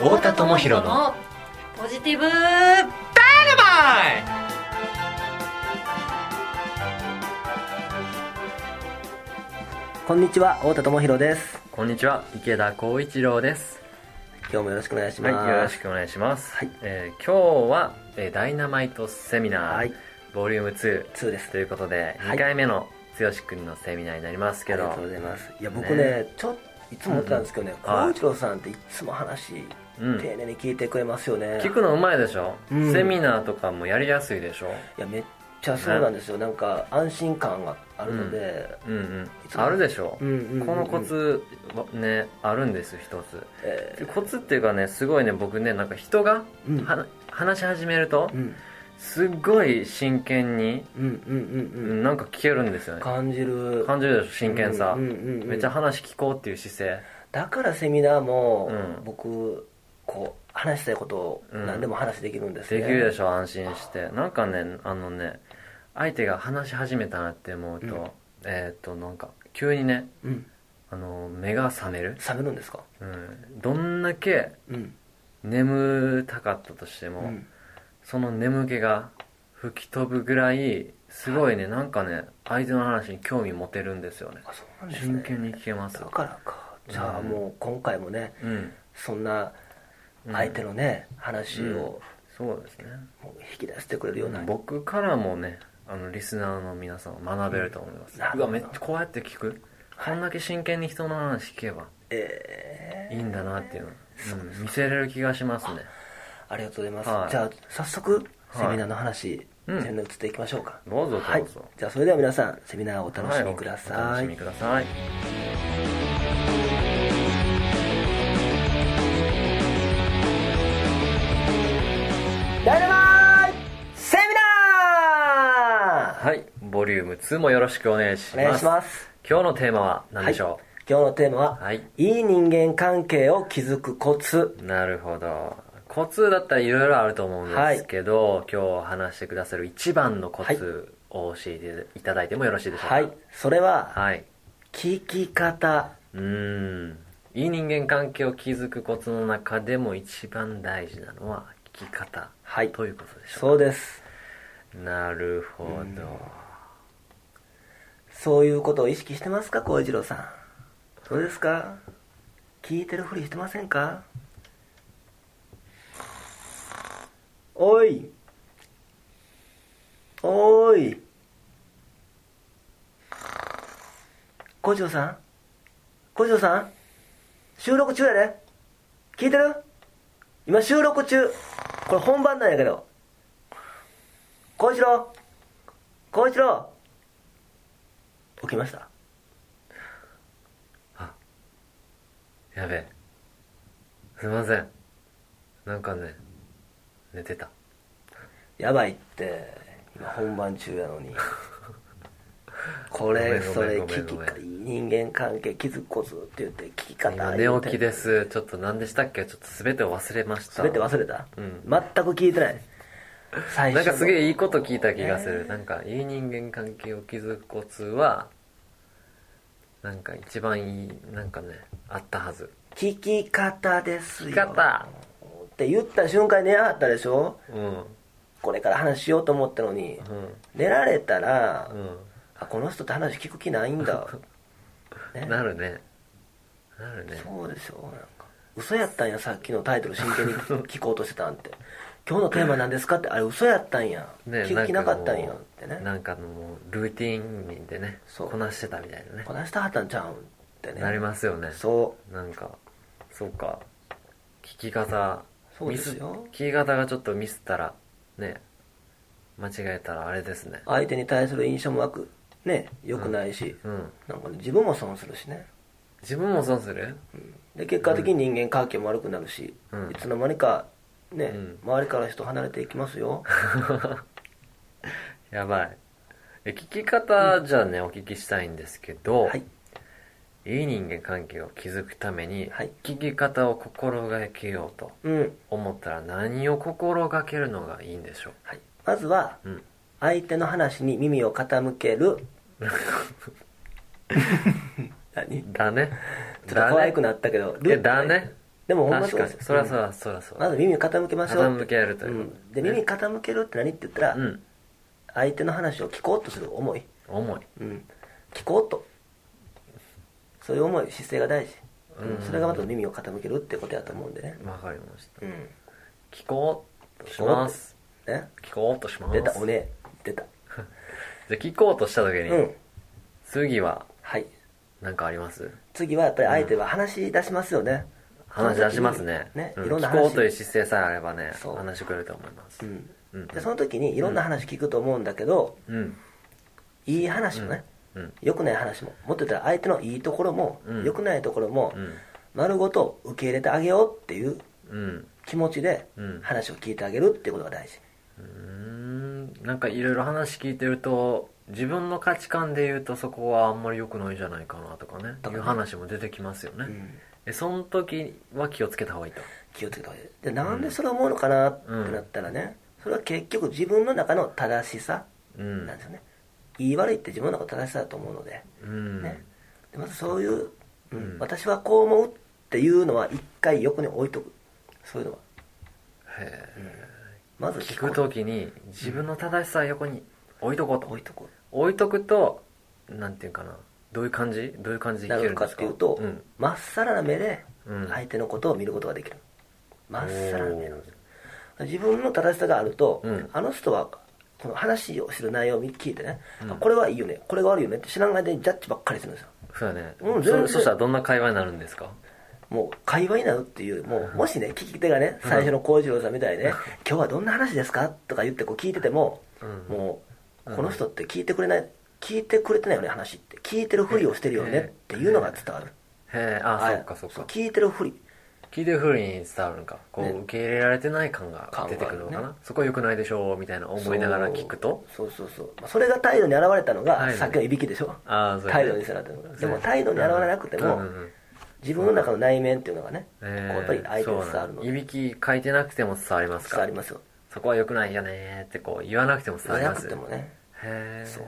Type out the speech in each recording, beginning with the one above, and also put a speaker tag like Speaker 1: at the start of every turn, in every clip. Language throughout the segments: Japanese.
Speaker 1: 太田智博の
Speaker 2: ポジティブダイナ
Speaker 1: マ
Speaker 3: こんにちは太田智博です
Speaker 4: こんにちは池田浩一郎です
Speaker 3: 今日もよろしくお願いし
Speaker 4: は
Speaker 3: ま
Speaker 4: い
Speaker 3: す、
Speaker 4: よろしくお願いします、
Speaker 3: はい
Speaker 4: えー今日は、えーダイナマイトセミナー、
Speaker 3: はい
Speaker 4: ボリューム2
Speaker 3: 2です
Speaker 4: ということで、
Speaker 3: はい
Speaker 4: 2回目の剛くんのセミナーになりますけ
Speaker 3: あり
Speaker 4: ど
Speaker 3: がとうございますいや僕ねちょっといつも思ってたんですけどね
Speaker 4: うんはい
Speaker 3: 幸一郎さんっていつも話、
Speaker 4: うん
Speaker 3: 丁寧に聞いてくれますよね
Speaker 4: 聞くのうまいでしょ、
Speaker 3: うん
Speaker 4: セミナーとかもやりやすいでしょ
Speaker 3: いやめっちゃそうなんですよ、なんか安心感があるので、
Speaker 4: うんうん
Speaker 3: いつも
Speaker 4: あるでしょ、
Speaker 3: うんうんうんうん
Speaker 4: このコツはねあるんです一つ
Speaker 3: え
Speaker 4: でコツっていうかねすごいね僕ねなんか人が、
Speaker 3: うん
Speaker 4: は話し始めると、
Speaker 3: ーうん
Speaker 4: すっごい真剣に、
Speaker 3: うんうんうんうん
Speaker 4: なんか聞けるんですよね
Speaker 3: 感じる
Speaker 4: 感じるでしょ真剣さ、
Speaker 3: うんうんうんうん
Speaker 4: めっちゃ話聞こうっていう姿勢
Speaker 3: だからセミナーも、
Speaker 4: うん
Speaker 3: 僕こう話したいことを
Speaker 4: うん
Speaker 3: 何でも話できるんですね、
Speaker 4: できるでしょ安心してなんかねあのね相手が話し始めたなって思うと、
Speaker 3: うん
Speaker 4: えっ、となんか急にね
Speaker 3: うん
Speaker 4: あの目が覚める、
Speaker 3: 冷めるんですか
Speaker 4: うん、どんだけ
Speaker 3: うん
Speaker 4: 眠たかったとしても、
Speaker 3: うん
Speaker 4: その眠気が吹き飛ぶぐらいすごいね、なんかね相手の話に興味持てるんですよね
Speaker 3: あそうなんです
Speaker 4: 真
Speaker 3: ね
Speaker 4: 剣に聞けます
Speaker 3: だからかじゃあ
Speaker 4: うん
Speaker 3: もう今回もね、
Speaker 4: うん
Speaker 3: そんな相手のね、話を
Speaker 4: そうですね
Speaker 3: もう引き出してくれるような、
Speaker 4: 僕からもねあのリスナーの皆さんは学べると思います、
Speaker 3: なる
Speaker 4: う
Speaker 3: ほど
Speaker 4: わめっちゃこうやって聞く、こんだけ真剣に人の話聞けば
Speaker 3: え
Speaker 4: いいんだなっていうの、うん、見せれる気がしますね
Speaker 3: ーありがとうございます、
Speaker 4: はい
Speaker 3: じゃあ早速
Speaker 4: はい
Speaker 3: セミナーの話、
Speaker 4: うん
Speaker 3: 全然移っていきましょうか、
Speaker 4: どうぞどうぞ、
Speaker 3: はい、じゃあそれでは皆さんセミナーをお楽しみください、
Speaker 4: はお楽しみください
Speaker 3: ダイナマイトセミナー
Speaker 4: はいボリューム2もよろしくお願いします
Speaker 3: お願いします
Speaker 4: 今日のテーマは何でしょ
Speaker 3: 今日のテーマは、
Speaker 4: はい
Speaker 3: い、い人間関係を築くコツ
Speaker 4: う、なるほどコツだったらいろいろあると思うんですけど、今日話してくださる一番のコツを教えていただいてもよろしいでしょうか
Speaker 3: はいそれは
Speaker 4: はい
Speaker 3: 聞き方
Speaker 4: うーんいい人間関係を築くコツの中でも一番大事なのは聞き方
Speaker 3: はい
Speaker 4: ということでしょ
Speaker 3: そうです
Speaker 4: うなるほど
Speaker 3: そういうことを意識してますか浩一郎さんどうですか聞いてるふりしてませんかおいおーい浩一郎さん浩一郎さん収録中やで聞いてる今収録中これ本番なんやけど浩一郎浩一郎起きました
Speaker 4: やべえすいませんなんかね寝てた
Speaker 3: やばいって今本番中や のにこれ
Speaker 4: ご
Speaker 3: そ
Speaker 4: めん
Speaker 3: れ
Speaker 4: ごめ
Speaker 3: 聞
Speaker 4: ん
Speaker 3: き
Speaker 4: ごめん
Speaker 3: 方いい人間関係気づくこずって言って聞き方
Speaker 4: 今
Speaker 3: 言う
Speaker 4: 寝
Speaker 3: て
Speaker 4: 起きですちょっと何でしたっけちょっと全てを忘れました
Speaker 3: 全て忘れた、
Speaker 4: うん
Speaker 3: 全く聞いてない最
Speaker 4: なん
Speaker 3: 初の
Speaker 4: かすげえいいこと聞いた気がする、なんかいい人間関係を築くコツはなんか一番いいなんかねあったはず
Speaker 3: 聞き方ですよ
Speaker 4: 聞き方
Speaker 3: って言った瞬間に寝やがったでしょ
Speaker 4: うん
Speaker 3: これから話しようと思ったのに、
Speaker 4: うん
Speaker 3: 寝られたら、
Speaker 4: うん
Speaker 3: あこの人って話聞く気ないん だ、ね
Speaker 4: なるねなるね
Speaker 3: そうでしょなんか嘘やったんやさっきのタイトル真剣に聞こうとしてた んって今日のテーマ何ですかってあれ嘘やったんや、
Speaker 4: ね
Speaker 3: 聞く気なかったんやってね
Speaker 4: なんかもうなんかもうルーティンでね
Speaker 3: そう
Speaker 4: こなしてたみたいなね
Speaker 3: こなしたはったんちゃうんってね
Speaker 4: なりますよね
Speaker 3: そ
Speaker 4: なんかそうか聞き方
Speaker 3: そうですよ
Speaker 4: ミス聞き方がちょっとミスったらね間違えたらあれですね
Speaker 3: う相手に対する印象も悪くね良くないし、
Speaker 4: うん
Speaker 3: なんか自分も損するしね
Speaker 4: 自分も損する
Speaker 3: で結果的に人間関係も悪くなるし、
Speaker 4: うん
Speaker 3: いつの間にかね、
Speaker 4: うん
Speaker 3: 周りから人離れていきますよ
Speaker 4: やばいえ聞き方じゃあね、お聞きしたいんですけど、
Speaker 3: はい
Speaker 4: いい人間関係を築くために、
Speaker 3: はい
Speaker 4: 聞き方を心がけようと
Speaker 3: うん、
Speaker 4: 思ったら何を心がけるのがいいんでしょう
Speaker 3: はい、まずは
Speaker 4: うん
Speaker 3: 相手の話に耳を傾 ける何
Speaker 4: だね
Speaker 3: ちょっと怖く
Speaker 4: な
Speaker 3: なったけど、
Speaker 4: いやだね
Speaker 3: でもほんま
Speaker 4: 確かにそりゃそうだそりゃそう
Speaker 3: ま
Speaker 4: だ
Speaker 3: ず耳傾けましょう
Speaker 4: 傾
Speaker 3: って
Speaker 4: けるといううこと
Speaker 3: ん、で耳傾けるって何って言ったら、
Speaker 4: うん
Speaker 3: 相手の話を聞こうとする思い、
Speaker 4: 重い
Speaker 3: うん、聞こうとそういう思い姿勢が大事、
Speaker 4: うん
Speaker 3: それがまず耳を傾けるってことやと思うんでね、
Speaker 4: わかりました
Speaker 3: うん、
Speaker 4: 聞こうとします
Speaker 3: ね
Speaker 4: 聞こうとします
Speaker 3: 出たおね出た
Speaker 4: じゃあ聞こうとした時
Speaker 3: う
Speaker 4: に、
Speaker 3: ん
Speaker 4: 次は
Speaker 3: はい
Speaker 4: 何かあります
Speaker 3: 次はやっぱり相手は話し出しますよね、
Speaker 4: 話出しますね
Speaker 3: ね
Speaker 4: うん
Speaker 3: いろんな
Speaker 4: 聞
Speaker 3: 話
Speaker 4: こうという姿勢さえあればね
Speaker 3: そう
Speaker 4: 話してくれると思います
Speaker 3: うん
Speaker 4: うん
Speaker 3: でその時にいろんな話聞くと思うんだけど、
Speaker 4: うん
Speaker 3: いい話もね、
Speaker 4: うん
Speaker 3: 良くない話ももっと言ったら相手のいいところも、
Speaker 4: うん
Speaker 3: 良くないところも、
Speaker 4: うん
Speaker 3: 丸ごと受け入れてあげようっていう
Speaker 4: うん
Speaker 3: 気持ちで
Speaker 4: うん
Speaker 3: 話を聞いてあげるっていうことが大事、
Speaker 4: うーんなんかいろいろ話聞いてると自分の価値観で言うとそこはあんまり良くないんじゃないかなとかね
Speaker 3: と
Speaker 4: い
Speaker 3: かね
Speaker 4: う話も出てきますよね、
Speaker 3: うん
Speaker 4: えその時は気をつけた方がいいと
Speaker 3: 気をつけた方がいいでなんでそれ思うのかなってなったらね、それは結局自分の中の正しさ
Speaker 4: うん
Speaker 3: なんですよね、言い悪いって自分の中の正しさだと思うので,、
Speaker 4: うん、
Speaker 3: ね、でまずそういう、うん
Speaker 4: うん
Speaker 3: 私はこう思うっていうのは一回横に置いとくそういうのは
Speaker 4: へえ
Speaker 3: まず
Speaker 4: 聞
Speaker 3: こう
Speaker 4: く時に自分の正しさは横に置いとこうと
Speaker 3: 置いとこう
Speaker 4: 置いとくとなんていうかなどういう感じどういう感じで
Speaker 3: な
Speaker 4: 聞ける
Speaker 3: る
Speaker 4: ん
Speaker 3: か
Speaker 4: で
Speaker 3: っ
Speaker 4: す
Speaker 3: て
Speaker 4: か
Speaker 3: いうと、
Speaker 4: うん
Speaker 3: まっさらな目で
Speaker 4: うん
Speaker 3: 相手のことを見ることができる、まっさらな目なんですよ自分の正しさがあると、
Speaker 4: うん
Speaker 3: あの人はこの話をする内容を聞いてね、
Speaker 4: うん
Speaker 3: あこれはいいよねこれが悪いよねって知らない間にジャッジばっかりするんですよ
Speaker 4: そうやね、
Speaker 3: うん全
Speaker 4: そ
Speaker 3: 然
Speaker 4: そしたらどんな会話になるんですか
Speaker 3: もう会話になるっていうもうもしね聞き手がね最初の幸次郎さんみたいにね、今日はどんな話ですか?」とか言ってこう聞いてても、
Speaker 4: うん
Speaker 3: もうこの人って聞いてくれない聞いてくれてないよね話って聞いてるふりをしてるよねっていうのが伝わる、
Speaker 4: へえあそっかそっ
Speaker 3: そう
Speaker 4: か
Speaker 3: 聞いてるふり
Speaker 4: 聞いてるふりに伝わるのかこう、
Speaker 3: ね
Speaker 4: 受け入れられてない感が出てくるのか
Speaker 3: 感
Speaker 4: な、
Speaker 3: がね
Speaker 4: そこ良くないでしょうみたいな思いながら聞くと
Speaker 3: そうそうそう、まあ、それが態度に現れたの
Speaker 4: 態
Speaker 3: が
Speaker 4: 度
Speaker 3: さっきのいびきでしょ
Speaker 4: ああそうやね
Speaker 3: 態度にさらってのがでも
Speaker 4: そう
Speaker 3: 態度に現れなくても、
Speaker 4: うんうんうん
Speaker 3: 自分の中の内面っていうのがね、
Speaker 4: えー
Speaker 3: こうやっぱり相手に伝わる
Speaker 4: そ
Speaker 3: の
Speaker 4: うなん
Speaker 3: で
Speaker 4: いびき書いてなくても伝わりますか
Speaker 3: 伝わりますよ
Speaker 4: そこは良くないよねーってこう言わなくても伝わり
Speaker 3: な
Speaker 4: ま
Speaker 3: く
Speaker 4: す
Speaker 3: てもね
Speaker 4: へえ
Speaker 3: そう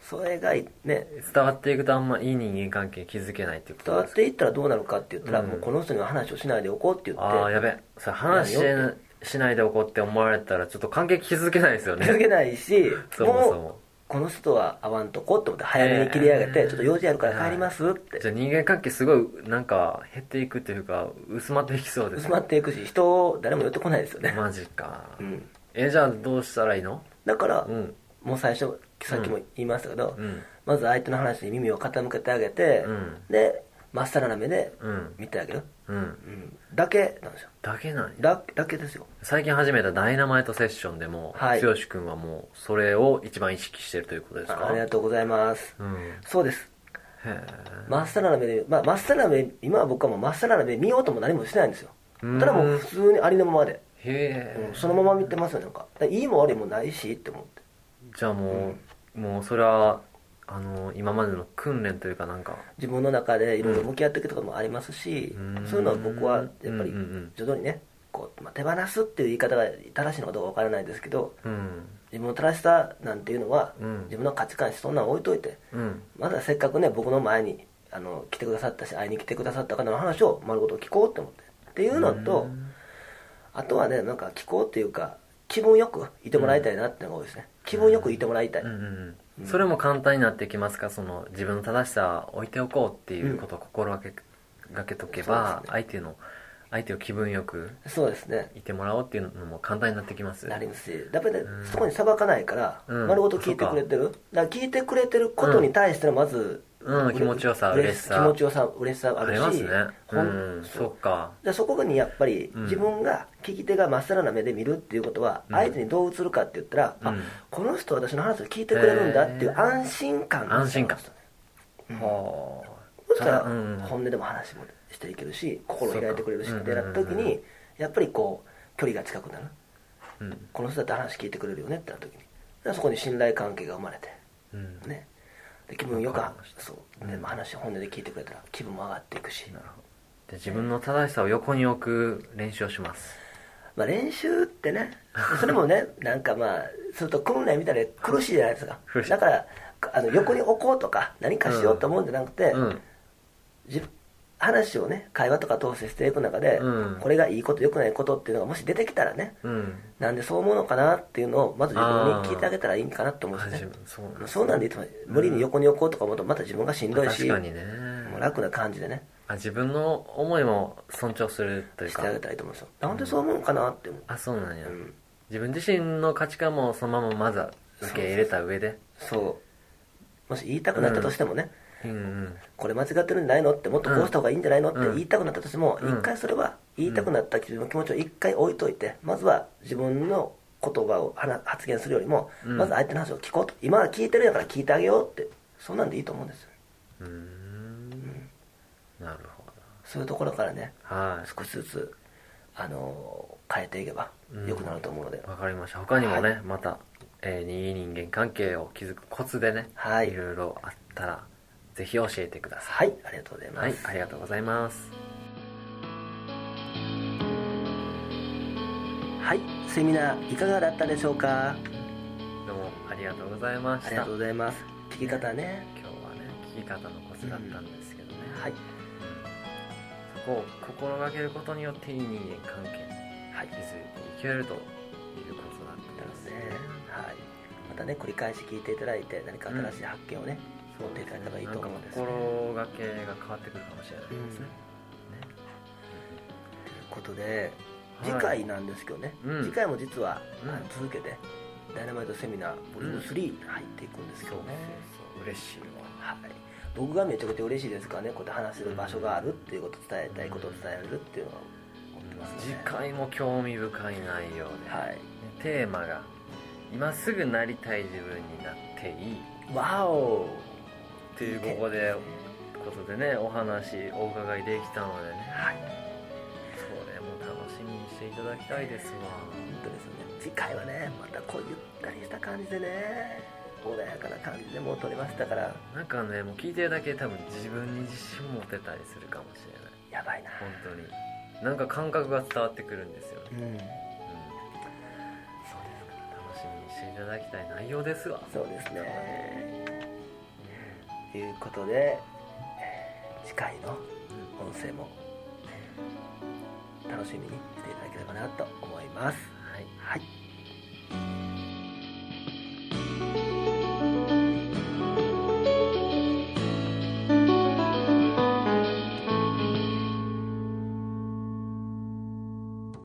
Speaker 3: それがね
Speaker 4: 伝わっていくとあんまいい人間関係築けないっていうこと
Speaker 3: 伝わ
Speaker 4: で
Speaker 3: っ
Speaker 4: す
Speaker 3: ていったらどうなるかって言ったら、
Speaker 4: うん
Speaker 3: もうこの人には話をしないでおこうって言
Speaker 4: ああ
Speaker 3: っ
Speaker 4: やべえそれ話し
Speaker 3: 何
Speaker 4: しないでおこうって思われたらちょっと関係築けないですよ
Speaker 3: て
Speaker 4: ね
Speaker 3: 続けないし
Speaker 4: そもそ
Speaker 3: もう
Speaker 4: も
Speaker 3: この人とは会わんとこって思って早めに切り上げて、
Speaker 4: えー
Speaker 3: ちょっと用事あるから帰りますって、
Speaker 4: じゃあ人間関係すごいなんか減っていくというか薄まっていきそうです
Speaker 3: 薄まっていくし人を誰も寄ってこないですよね、
Speaker 4: マジか、
Speaker 3: うん、
Speaker 4: えじゃあどうしたらいいの
Speaker 3: だから、
Speaker 4: うん
Speaker 3: もう最初さっきも言いましたけど、
Speaker 4: うん
Speaker 3: まず相手の話に耳を傾けてあげて、
Speaker 4: うん
Speaker 3: でまっさらな目で
Speaker 4: うん
Speaker 3: 見てあげる、
Speaker 4: うん
Speaker 3: うん、だけなんですよ
Speaker 4: だけなんや
Speaker 3: だだけですよ
Speaker 4: 最近始めたダイナマイトセッションでも、
Speaker 3: はい
Speaker 4: 剛君はもうそれを一番意識してるということですか
Speaker 3: あありがとうございます、
Speaker 4: うんへ
Speaker 3: そうです
Speaker 4: え
Speaker 3: まっさらな目で、まあ、真っさらな目今は僕はもうまっさらな目で見ようとも何もしてないんですよ
Speaker 4: うん
Speaker 3: ただもう普通にありのままで、
Speaker 4: へ
Speaker 3: う
Speaker 4: え
Speaker 3: ん、そのまま見てますよなんかだからいいも悪いもないしって思って
Speaker 4: じゃあもう、もうそれはあの今までの訓練というかなんか
Speaker 3: 自分の中でいろいろ向き合っていくとかもありますし、
Speaker 4: うん
Speaker 3: そういうのは僕はやっぱり
Speaker 4: うんうんうん
Speaker 3: 徐々にねこう、まあ、手放すっていう言い方が正しいのかどうかわからないですけど
Speaker 4: うん
Speaker 3: 自分の正しさなんていうのは、
Speaker 4: うん
Speaker 3: 自分の価値観そんなん置いといて
Speaker 4: うん
Speaker 3: まだせっかくね僕の前にあの来てくださったし会いに来てくださった方の話を丸ごと聞こうって思ってっていうのと、あとはねなんか聞こうっていうか気分よくいてもらいたいなってのが多いですね気分よくいてもらいたい、
Speaker 4: うんうんうん、それも簡単になってきますかその自分の正しさを置いておこうっていうことを心がけ,、がけとけば、
Speaker 3: そうですね
Speaker 4: 相手の相手を気分よく
Speaker 3: そうですね
Speaker 4: いてもらおうっていうのも簡単になってきます
Speaker 3: なりますしやっぱりね
Speaker 4: うん
Speaker 3: そこに裁かないから、
Speaker 4: うん
Speaker 3: 丸ごと聞いてくれてるだから聞いてくれてることに対してのまず、
Speaker 4: うん気持ちよさ
Speaker 3: 嬉
Speaker 4: 嬉しさ
Speaker 3: 気持ちよさ嬉しさあ
Speaker 4: あ
Speaker 3: る
Speaker 4: り
Speaker 3: し
Speaker 4: ますねう
Speaker 3: ほん
Speaker 4: ん
Speaker 3: そう
Speaker 4: そっか
Speaker 3: でそこにやっぱり
Speaker 4: うん
Speaker 3: 自分が聞き手がまっさらな目で見るっていうことは
Speaker 4: うん
Speaker 3: 相手にどう映るかって言ったら、
Speaker 4: うん
Speaker 3: あこの人は私の話を聞いてくれるんだってい
Speaker 4: へ
Speaker 3: う
Speaker 4: ー
Speaker 3: 安心感
Speaker 4: 安心感は
Speaker 3: そしたら
Speaker 4: うんうん
Speaker 3: 本音でも話もしていけるし心を開いてくれるし
Speaker 4: そう
Speaker 3: っ
Speaker 4: か
Speaker 3: てなった時
Speaker 4: うんうんうんう
Speaker 3: にやっぱりこう距離が近くなる
Speaker 4: うん
Speaker 3: この人だって話聞いてくれるよねってなった時にだからそこに信頼関係が生まれて
Speaker 4: うん
Speaker 3: ねで気分よく
Speaker 4: わかりました
Speaker 3: そうでも話本音で聞いてくれたら気分も上がっていくし、
Speaker 4: で自分の正しさを横に置く練習をします
Speaker 3: まあ、練習っ てねそれもねなんかまあすると訓練みたいで苦しいじゃないですか
Speaker 4: 苦しい
Speaker 3: だからあの横に置こうとか何かしようと思うんじゃなくて、
Speaker 4: うん
Speaker 3: 自話をね会話とか通してしていく中で、
Speaker 4: うん
Speaker 3: これがいいこと良くないことっていうのがもし出てきたらね
Speaker 4: うん
Speaker 3: なんでそう思うのかなっていうのをまず自分に聞いてあげたらいいんかなと思うし
Speaker 4: あ自
Speaker 3: ね
Speaker 4: 分そうなんです
Speaker 3: そうなんでいつも無理に横に置こうとか思うとまた自分がしんどいし
Speaker 4: 確かにね
Speaker 3: もう楽な感じでね
Speaker 4: あ自分の思いも尊重するという
Speaker 3: し
Speaker 4: か
Speaker 3: てあげたらいいと思うんですよなんでそう思うのかなって思う、
Speaker 4: あそうなんや、
Speaker 3: うん
Speaker 4: 自分自身の価値観もそのまままずは受け入れた上で
Speaker 3: そうもし言いたくなったとしてもね、
Speaker 4: うんうん
Speaker 3: これ間違ってるんじゃないのってもっとこうした方がいいんじゃないのって
Speaker 4: うん
Speaker 3: 言いたくなったとしても
Speaker 4: うん
Speaker 3: 一回それは言いたくなった自分の気持ちを一回置いといてまずは自分の言葉を話発言するよりも
Speaker 4: うん
Speaker 3: まず相手の話を聞こうと今は聞いてるんやから聞いてあげようってそんなんでいいと思うんですよ
Speaker 4: うーんなるほど
Speaker 3: そういうところからね
Speaker 4: は
Speaker 3: 少しずつあのー変えていけば
Speaker 4: うん
Speaker 3: 良くなると思うので
Speaker 4: いわかりました他にもね、また、えー、いい人間関係を築くコツでね、
Speaker 3: はい
Speaker 4: ろいろあったらぜひ教えてください
Speaker 3: はいありがとうございます、
Speaker 4: はい、ありがとうございます。
Speaker 3: はい、セミナーいかがだったでしょうか
Speaker 4: どうもありがとうございま
Speaker 3: あ
Speaker 4: した。
Speaker 3: りが
Speaker 4: 今
Speaker 3: とうございます聞き方ね
Speaker 4: 日はね、聞き方のコツだったんですけどね、
Speaker 3: はい
Speaker 4: そこを心がけることによっていい人間関係に
Speaker 3: はい
Speaker 4: 築いていけるということだった
Speaker 3: なんの
Speaker 4: です
Speaker 3: で、はい、またね繰り返し聞いていただいて何か新しい発見をね、持っていただければいいと思うんです
Speaker 4: なん
Speaker 3: ね
Speaker 4: か心がけが変わってくるかもしれないですね。
Speaker 3: ということで次
Speaker 4: ねはい
Speaker 3: 回なんですけどね、
Speaker 4: うん
Speaker 3: 次回も実は、
Speaker 4: うん
Speaker 3: あの続けて「ダイナマイトセミナーボリューム3に入っていくんです
Speaker 4: そうそ
Speaker 3: けど
Speaker 4: う
Speaker 3: ね、
Speaker 4: そう嬉しいわ。
Speaker 3: はい、僕がめちゃくちゃ嬉しいですからねこうやって話せる場所があるっていうこと伝えたいことを伝えるっていうのは思ってます
Speaker 4: 次
Speaker 3: ね、
Speaker 4: 回も興味深い内容で、
Speaker 3: はい
Speaker 4: テーマが今すぐなりたい自分になっていい
Speaker 3: わお
Speaker 4: というここでことでねお話お伺いできたのでね
Speaker 3: はい
Speaker 4: それも楽しみにしていただきたいですわ
Speaker 3: 本当ですよね次回はねまたこうゆったりした感じでね穏やかな感じでもう撮れましたから
Speaker 4: なんかねもう聞いてるだけで多分自分に自信持てたりするかもしれない
Speaker 3: やばいな
Speaker 4: 本当になんか感覚が伝わってくるんですよね、
Speaker 3: うん
Speaker 4: うん、そうですか楽しみにしていただきたい内容ですわ
Speaker 3: そうですねということでえー次回の音声もえー楽しみにしていただければなと思います